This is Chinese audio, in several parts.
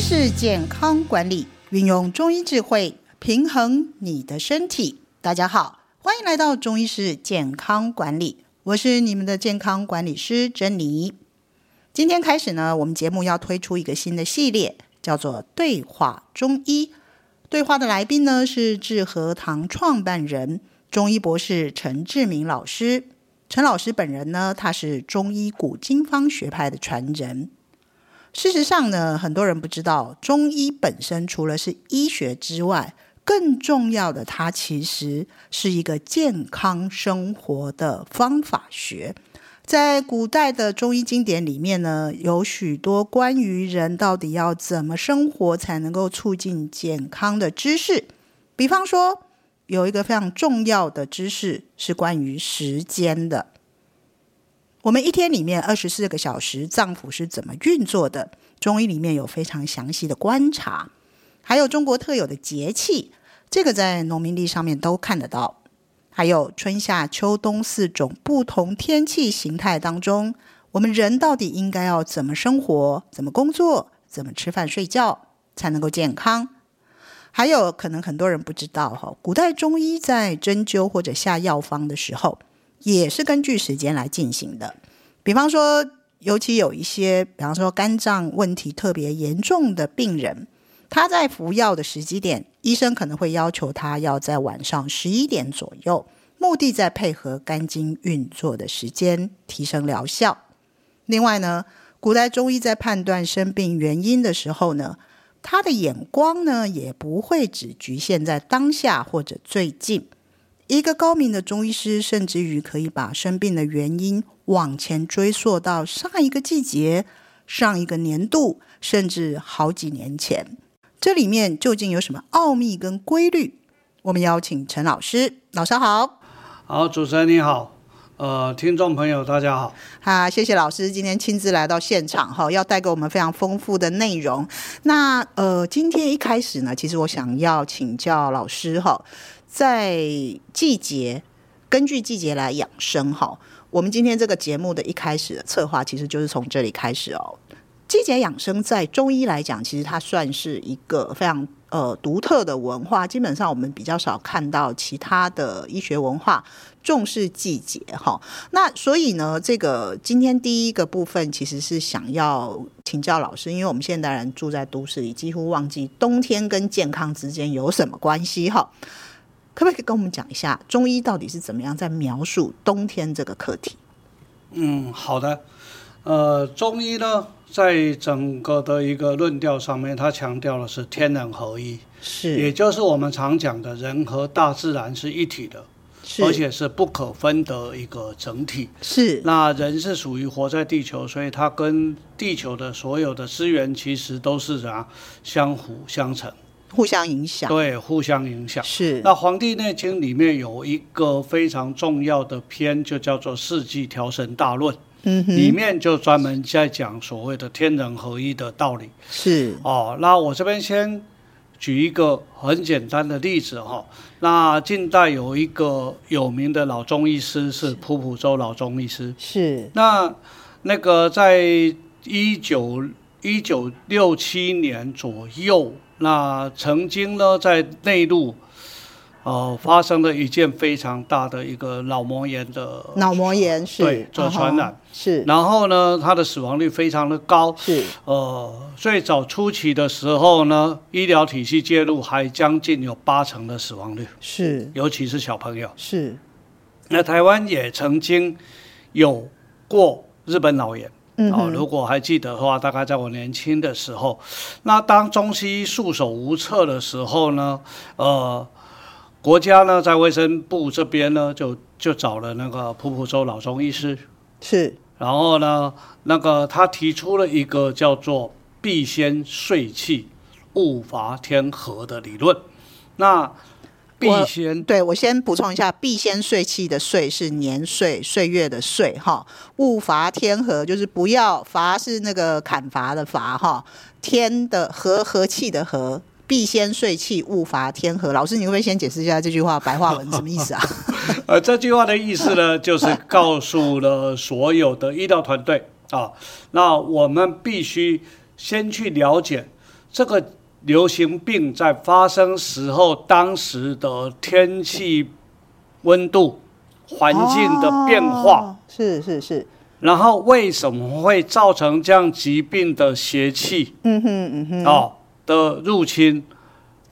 是健康管理，运用中医智慧平衡你的身体。大家好，欢迎来到中医师健康管理，我是你们的健康管理师珍妮。今天开始呢，我们节目要推出一个新的系列，叫做“对话中医”。对话的来宾呢是致和堂创办人、中医博士陈志明老师。陈老师本人呢，他是中医古今方学派的传人。事实上呢，很多人不知道，中医本身除了是医学之外，更重要的，它其实是一个健康生活的方法学。在古代的中医经典里面呢，有许多关于人到底要怎么生活才能够促进健康的知识。比方说，有一个非常重要的知识是关于时间的。我们一天里面二十四个小时，脏腑是怎么运作的？中医里面有非常详细的观察，还有中国特有的节气，这个在农民历上面都看得到。还有春夏秋冬四种不同天气形态当中，我们人到底应该要怎么生活、怎么工作、怎么吃饭睡觉才能够健康？还有可能很多人不知道哈，古代中医在针灸或者下药方的时候，也是根据时间来进行的。比方说，尤其有一些，比方说肝脏问题特别严重的病人，他在服药的时机点，医生可能会要求他要在晚上十一点左右，目的在配合肝经运作的时间，提升疗效。另外呢，古代中医在判断生病原因的时候呢，他的眼光呢也不会只局限在当下或者最近。一个高明的中医师，甚至于可以把生病的原因往前追溯到上一个季节、上一个年度，甚至好几年前。这里面究竟有什么奥秘跟规律？我们邀请陈老师，老师好，好，主持人你好，呃，听众朋友大家好。啊，谢谢老师今天亲自来到现场哈，要带给我们非常丰富的内容。那呃，今天一开始呢，其实我想要请教老师哈，在季节根据季节来养生哈。我们今天这个节目的一开始的策划，其实就是从这里开始哦。季节养生在中医来讲，其实它算是一个非常呃独特的文化。基本上我们比较少看到其他的医学文化重视季节哈。那所以呢，这个今天第一个部分其实是想要请教老师，因为我们现代人住在都市里，几乎忘记冬天跟健康之间有什么关系哈。可不可以跟我们讲一下中医到底是怎么样在描述冬天这个课题？嗯，好的。呃，中医呢，在整个的一个论调上面，它强调的是天人合一，也是就是我们常讲的人和大自然是一体的，是而且是不可分的一个整体。是那人是属于活在地球，所以它跟地球的所有的资源其实都是啊相互相成，互相影响，对，互相影响。是那《黄帝内经》里面有一个非常重要的篇，就叫做《四季调神大论》，嗯哼里面就专门在讲所谓的天人合一的道理。是哦，那我这边先举一个很简单的例子哈、那近代有一个有名的老中医师是普普州老中医师，是那那个在一九一九六七年左右，那曾经呢在内陆，呃，发生了一件非常大的一个脑膜炎的，脑膜炎是对这传染嗯哼是然后呢，它的死亡率非常的高。是呃，最早初期的时候呢，医疗体系介入还将近有八成的死亡率，是尤其是小朋友。是那台湾也曾经有过日本脑炎。嗯哦，哼如果还记得的话，大概在我年轻的时候，那当中西医束手无策的时候呢，呃，国家呢在卫生部这边呢就就找了那个普普州老中医师，是然后呢，那个他提出了一个叫做“必先税气，勿伐天和”的理论。那必我先对我先补充一下，必先岁气的岁是年岁岁月的岁哈，勿伐天和就是不要伐是那个砍伐的伐哈，天的和和气的和。必先岁气，勿伐天和。老师，你会不会先解释一下这句话白话文什么意思 啊？呃，这句话的意思呢，就是告诉了所有的医疗团队啊，那我们必须先去了解这个流行病在发生时候，当时的天气、温度、环境的变化，哦是是是，然后为什么会造成这样疾病的邪气嗯哼嗯哼，哦的入侵，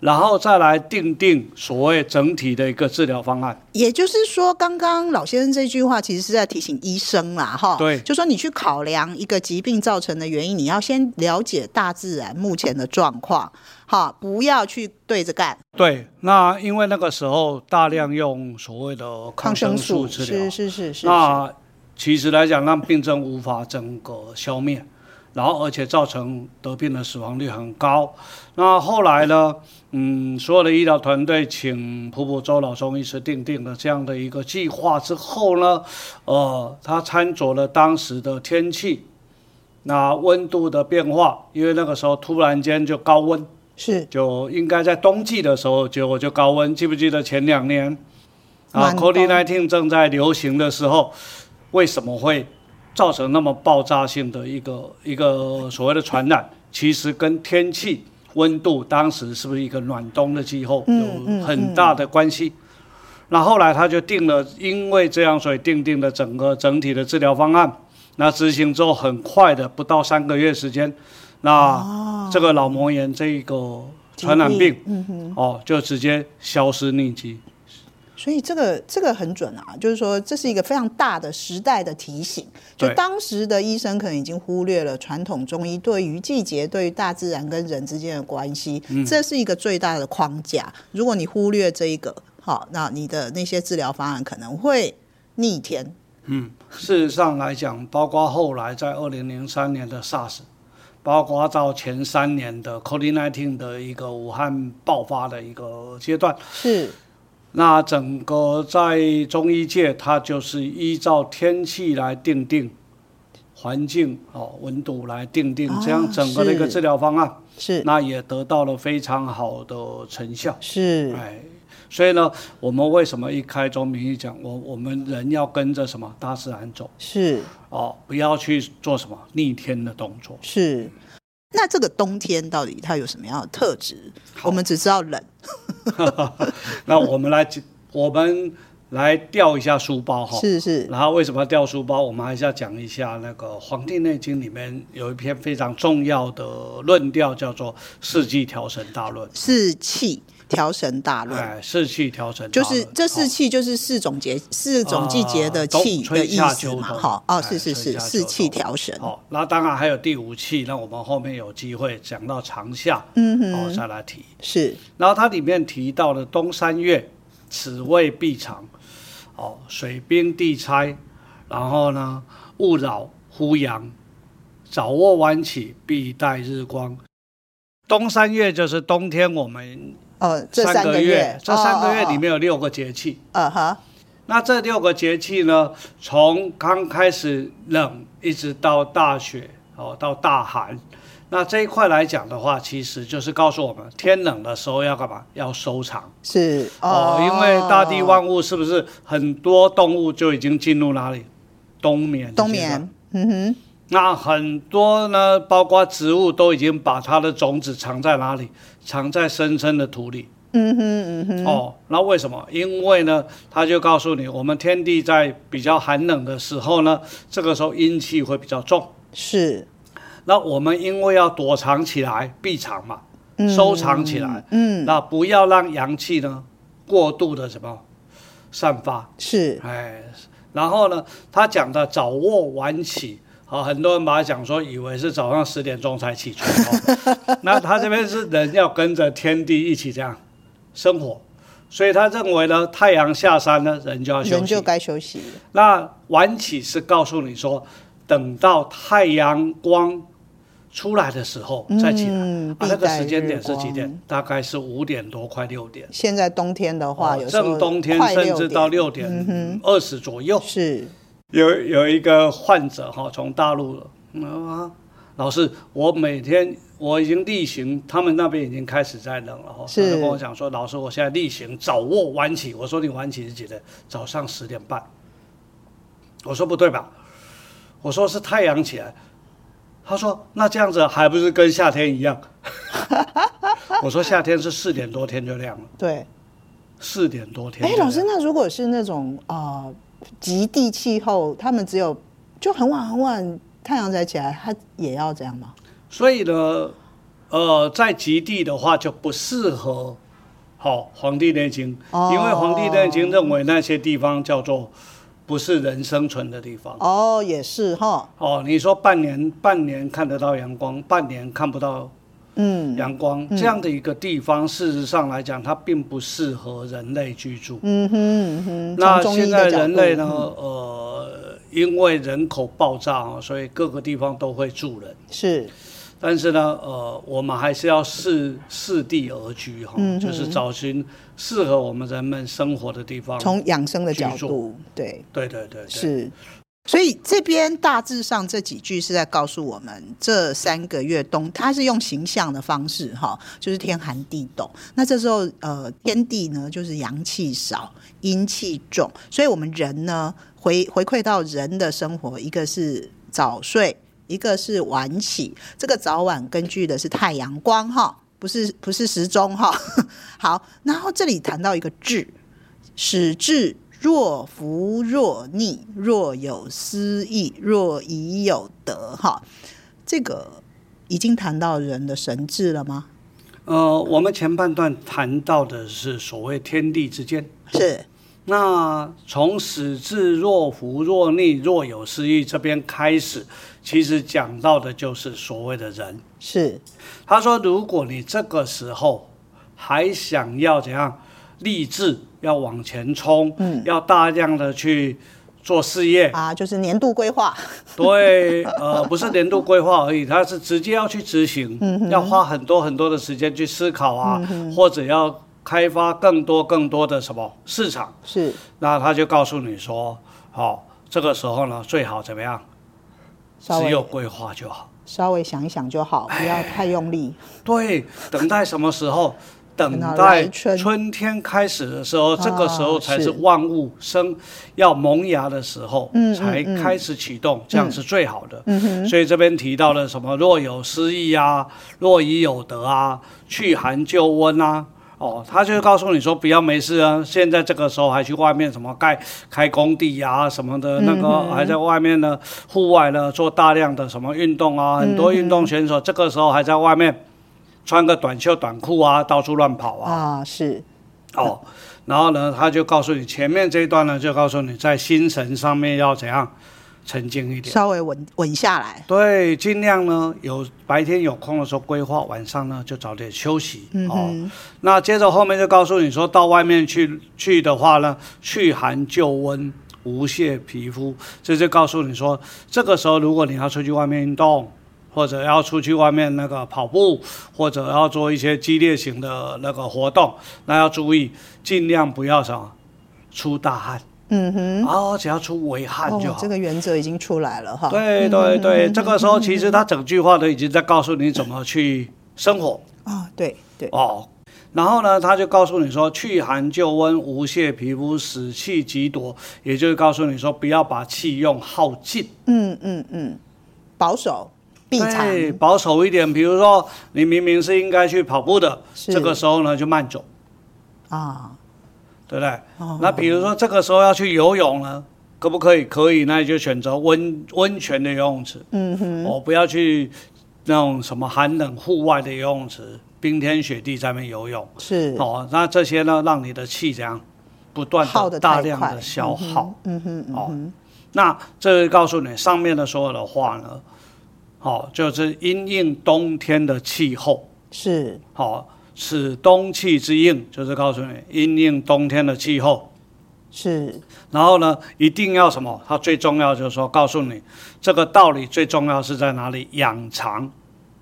然后再来定定所谓整体的一个治疗方案。也就是说，刚刚老先生这句话其实是在提醒医生啦，哈，对就说你去考量一个疾病造成的原因，你要先了解大自然目前的状况，哈，不要去对着干。对，那因为那个时候大量用所谓的抗生素啊治疗是，是是是，那其实来讲让病症无法整个消灭，然后而且造成得病的死亡率很高。那后来呢，嗯，所有的医疗团队请普普周老中医师定定了这样的一个计划之后呢，呃，他参酌了当时的天气。那温度的变化，因为那个时候突然间就高温，是就应该在冬季的时候，结果就高温。记不记得前两年啊暖冬，COVID-19 正在流行的时候，为什么会造成那么爆炸性的一个一个所谓的传染？其实跟天气、温度当时是不是一个暖冬的气候嗯嗯有很大的关系？那后来他就定了，因为这样，所以定定了整个整体的治疗方案。那执行之后，很快的，不到三个月时间，哦那这个脑膜炎这一个传染病，嗯哼，哦，就直接消失匿迹。所以这个这个很准啊，就是说这是一个非常大的时代的提醒，就对当时的医生可能已经忽略了传统中医对于季节、对于大自然跟人之间的关系，嗯这是一个最大的框架。如果你忽略这一个，好，那你的那些治疗方案可能会逆天。事实上来讲，包括后来在二零零三年的 SARS，包括到前三年的 COVID-19 的一个武汉爆发的一个阶段，是那整个在中医界，它就是依照天气来定定环境哦温度来定定啊，这样整个的一个是治疗方案，是那也得到了非常好的成效。是，哎，所以呢，我们为什么一开宗明义讲，我我们人要跟着什么大自然走是哦，不要去做什么逆天的动作。 是。那这个冬天到底它有什么样的特质？好我们只知道冷，那我们来，我们来调一下书包哈。是是然后为什么要掉书包？我们还是要讲一下那个《黄帝内经》里面有一篇非常重要的论调，叫做《四季调神大论》。是气调神大论。哎，四气调神大就论是这四哦气，就是四种节、四种季节的啊冬气的春意夏思秋嘛。冬好，哦，哎是是春是，夏秋四气冬调神。好、那当然还有第五气，那我们后面有机会讲到长夏，嗯哦哼，再来提。是然后它里面提到的冬三月，此谓必长，哦，水冰地拆，然后呢，勿扰忽阳，早卧晚起，必待日光。冬三月就是冬天，我们呃，这三个月，这三个月哦里面，面有六个节气。哦呃哈，那这六个节气呢，从刚开始冷一直到大雪哦，到大寒。那这一块来讲的话，其实就是告诉我们，天冷的时候要干嘛？要收藏是哦，因为大地万物是不是很多动物就已经进入哪里？冬眠。冬。眠，嗯哼，那很多呢，包括植物都已经把它的种子藏在哪里？藏在深深的土里。嗯哼，嗯哼，哦，那为什么？因为呢，他就告诉你，我们天地在比较寒冷的时候呢，这个时候阴气会比较重。是那我们因为要躲藏起来，避藏嘛，收藏起来，嗯，那不要让阳气呢过度的什么散发，是哎，然后呢，他讲的早卧晚起。好，很多人把它讲说，以为是早上十点钟才起床。哦 那他这边是人要跟着天地一起这样生活，所以他认为呢，太阳下山呢，人就要休人息就。该休息了。那晚起是告诉你说，等到太阳光出来的时候再起来。嗯啊，那必个待时间点日是几光点？大概是五点多，快六点。现在冬天的话，哦有时候正冬天快甚至到点嗯六点二十左右。是有有一个患者哈、从大陆了，嗯啊，老师，我每天我已经例行，他们那边已经开始在冷了哈、是他就跟我讲说，老师，我现在例行早卧晚起。我说你晚起是几点？早上十点半。我说不对吧？我说是太阳起来。他说那这样子还不是跟夏天一样？ 我说夏天是四点多天就亮了，对，四点多天。哎，老师，，那如果是那种呃极地气候，他们只有就很晚很晚太阳才起来，他也要这样吗？所以呢，呃，在极地的话就不适合。好，《黄帝内经》哦因为《黄帝内经》认为那些地方叫做不是人生存的地方。哦，也是哈，哦，你说半年半年看得到阳光，半年看不到嗯阳光，这样的一个地方，事实上来讲，它并不适合人类居住。嗯哼嗯哼，从那中现医的在角人度嗯类呢？呃，因为人口爆炸啊，所以各个地方都会住人。是但是呢，呃，我们还是要适适地而居哈，嗯就是找寻适合我们人们生活的地方。从养生的角居度住，对，对对对对，是。所以这边大致上这几句是在告诉我们，这三个月冬，它是用形象的方式哈，就是天寒地冻。那这时候呃，天地呢就是阳气少，阴气重，所以我们人呢回回馈到人的生活，一个是早睡，一个是晚起。这个早晚根据的是太阳光哈，不是不是时钟哈。 好，然后这里谈到一个智，使至若浮若逆，若有思意，若已有德。哈，这个已经谈到人的神智了吗？呃，我们前半段谈到的是所谓天地之间。是，那从始至若浮若逆若有失意这边开始，其实讲到的就是所谓的人。是，他说，如果你这个时候还想要怎样立志，要往前冲，嗯，要大量的去做事业，啊，就是年度规划，对，呃，不是年度规划而已，它是直接要去执行，嗯要花很多很多的时间去思考啊，或者要开发更多更多的什么市场。是那他就告诉你说，好、这个时候呢，最好怎么样？稍只有哎微规划就好。稍微想一想就好，不要太用力。对，等待什么时候？等等到来待春啊春天开始的时候，这个时候才是是万物生要萌芽的时候，嗯嗯才嗯开始启动，这样是最好的。所以这边提到了什么若有失意啊，若已有德啊，去寒就温啊。哦，他就告诉你说不要没事啊，现在这个时候还去外面什么盖开工地啊什么的，那个还在外面呢，户外呢做大量的什么运动啊，很多运动选手这个时候还在外面穿个短袖短裤啊，到处乱跑啊。啊，是哦，然后呢，他就告诉你前面这一段呢，就告诉你在心神上面要怎样沉静一点。稍微稳稳下来。对，尽量呢有白天有空的时候规划，晚上呢就早点休息。嗯哦，哼，那接着后面就告诉你说，到外面去去的话呢，去寒就温，无泄皮肤。这就告诉你说，这个时候如果你要出去外面运动。或者要出去外面那个跑步，或者要做一些激烈型的那个活动，那要注意，尽量不要什么出大汗，嗯哼，哦，只要出微汗就哦，好。这个原则已经出来了哈。嗯对对对，这个时候其实他整句话都已经在告诉你怎么去生活啊，对对，哦。然后呢，他就告诉你说，去寒就温，无泄皮肤，使气极夺，也就是告诉你说，不要把气用耗尽，嗯嗯嗯，保守避藏，对，保守一点。比如说，你明明是应该去跑步的，是这个时候呢就慢走，啊，对不对？哦那比如说这个时候要去游泳呢，可不可以？可以，那你就选择温温泉的游泳池。嗯哼。哦，不要去那种什么寒冷户外的游泳池，冰天雪地在那边游泳。是哦，那这些呢，让你的气怎样不断耗的得大太量快的消耗。嗯哼，嗯哦哼，那这就告诉你上面的所有的话呢，哦，就是因应冬天的气候，是哦，此冬气之应，就是告诉你因应冬天的气候。是然后呢，一定要什么？它最重要就是说，告诉你这个道理最重要是在哪里？养长。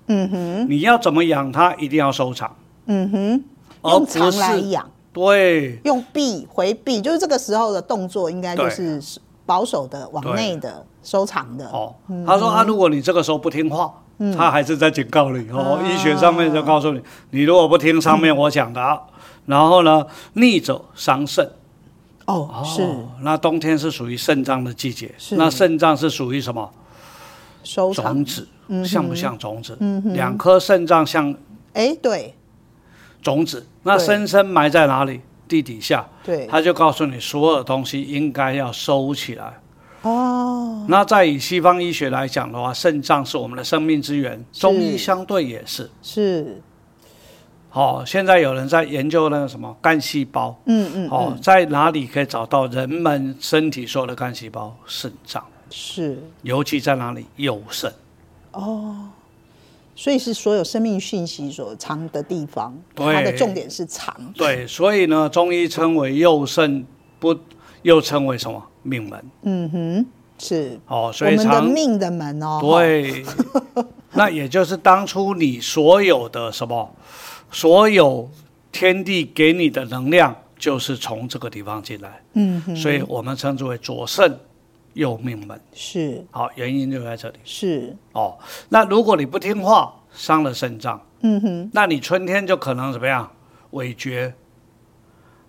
嗯哼，你要怎么养它，一定要收藏，嗯哼，而用不藏来是养，对用避回避，就是这个时候的动作应该就对是保守的、往对内的、收藏的。哦。他说啊，如果你这个时候不听话，嗯他还是在警告你哦。啊医学上面就告诉你，你如果不听上面我讲的啊，嗯然后呢，逆者伤肾。哦，是哦，那冬天是属于肾脏的季节，是那肾脏是属于什么？收藏嗯种子像不像种子？两颗肾脏像哎，对种子，那对深深埋在哪里？地底下，对，他就告诉你所有东西应该要收起来。哦，那在以西方医学来讲的话，肾脏是我们的生命之源，是中医相对也是。是，哦，现在有人在研究那个什么干细胞，嗯嗯，哦，在哪里可以找到人们身体所有的干细胞？肾脏，嗯是，尤其在哪里？右肾。所以是所有生命讯息所藏的地方，对它的重点是藏，对，所以呢，中医称为右肾，不又称为什么命门？嗯哼，是哦，我所以们的常命的门哦，对， 那也就是当初你所有的什么，所有天地给你的能量，就是从这个地方进来，嗯哼，所以我们称之为左肾右命门。是好，原因就在这里是，哦。那如果你不听话，伤了肾脏，嗯哼，那你春天就可能怎么样？尾绝。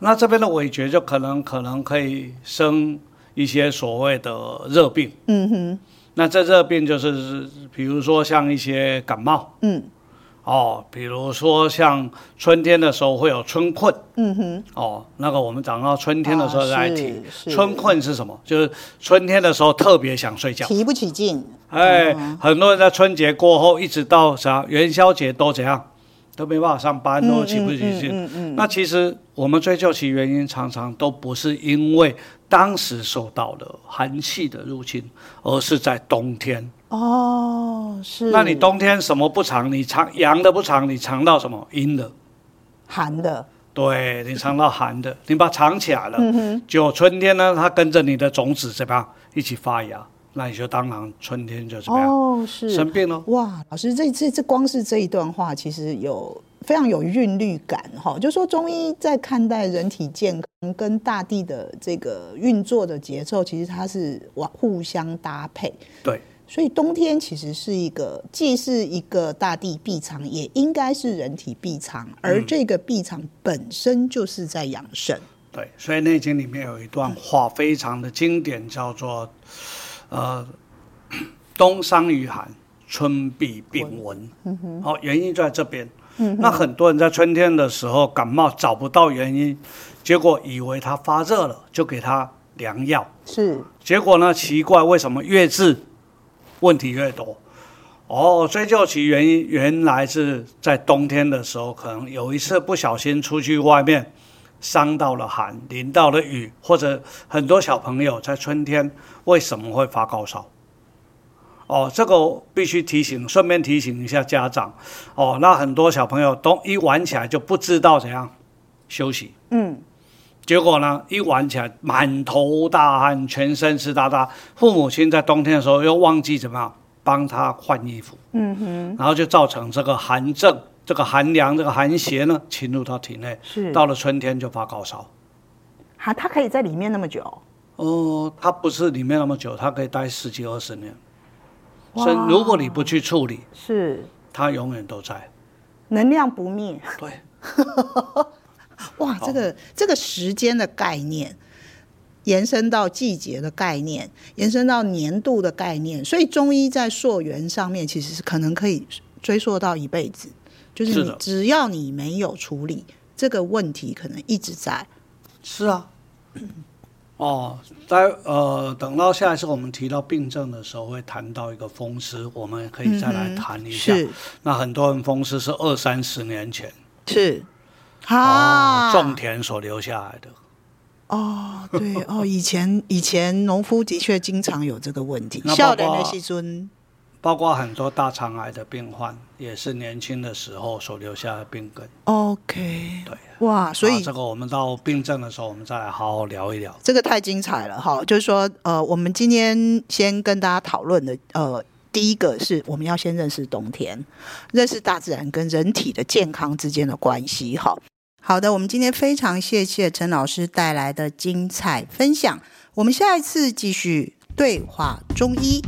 那这边的尾绝就可能可能可以生一些所谓的热病。嗯哼，那这热病就是，比如说像一些感冒嗯哦，比如说像春天的时候会有春困嗯哼，哦，那个我们讲到春天的时候再来提。啊是春困是什么？就是春天的时候特别想睡觉，提不起劲，嗯哎，很多人在春节过后一直到啥元宵节都怎样，都没办法上班，都起不起劲。嗯嗯嗯嗯那其实我们追究其原因，常常都不是因为当时受到了寒气的入侵，而是在冬天。哦，是，那你冬天什么不尝？你尝阳的不尝，你尝到什么阴的？寒的，对你尝到寒的，你把它藏起来了。就春天呢，它跟着你的种子怎么样一起发芽？那你就当然春天就怎么样、哦，是生病了。哇，老师，这这这光是这一段话，其实有非常有韵律感哈。就说中医在看待人体健康跟大地的这个运作的节奏，其实它是哇互相搭配。对，所以冬天其实是一个，既是一个大地必藏，也应该是人体必藏，而这个必藏本身就是在养生。对，所以《内经》里面有一段话非常的经典，叫做“呃， 冬伤于寒，春必病温”。哦，原因就在这边。那很多人在春天的时候感冒找不到原因，结果以为他发热了，就给他良药。是结果呢，奇怪，为什么越治问题越多？哦，追究其原因，原来是在冬天的时候，可能有一次不小心出去外面，伤到了寒，淋到了雨，或者很多小朋友在春天为什么会发高烧？哦，这个我必须提醒，顺便提醒一下家长。哦，那很多小朋友都一玩起来就不知道怎样休息，嗯，结果呢，一玩起来满头大汗，全身湿哒哒。父母亲在冬天的时候又忘记怎么样帮他换衣服，嗯哼，然后就造成这个寒症、这个寒凉、这个寒邪呢侵入到体内，是到了春天就发高烧。啊，它可以在里面那么久，哦，它不是里面那么久，它可以待十几二十年。哇所以如果你不去处理，是它永远都在。能量不灭。对，哇，这个这个时间的概念，延伸到季节的概念，延伸到年度的概念，所以中医在溯源上面其实是可能可以追溯到一辈子，就是是你的只要你没有处理这个问题，可能一直在。是啊。哦，待呃，等到下一次我们提到病症的时候，会谈到一个风湿，我们可以再来谈一下。嗯是那很多人风湿是二三十年前是。啊，哦种田所留下来的。哦，对哦，以前以前农夫的确经常有这个问题。那笑包括人的细尊，包括很多大肠癌的病患，也是年轻的时候所留下的病根。 OK，对，哇，所啊以这个我们到病症的时候，我们再来好好聊一聊。这个太精彩了哈！就是说，呃，我们今天先跟大家讨论的，呃，第一个是我们要先认识冬天，认识大自然跟人体的健康之间的关系哈。好的，我们今天非常谢谢陈老师带来的精彩分享，我们下一次继续对话中医。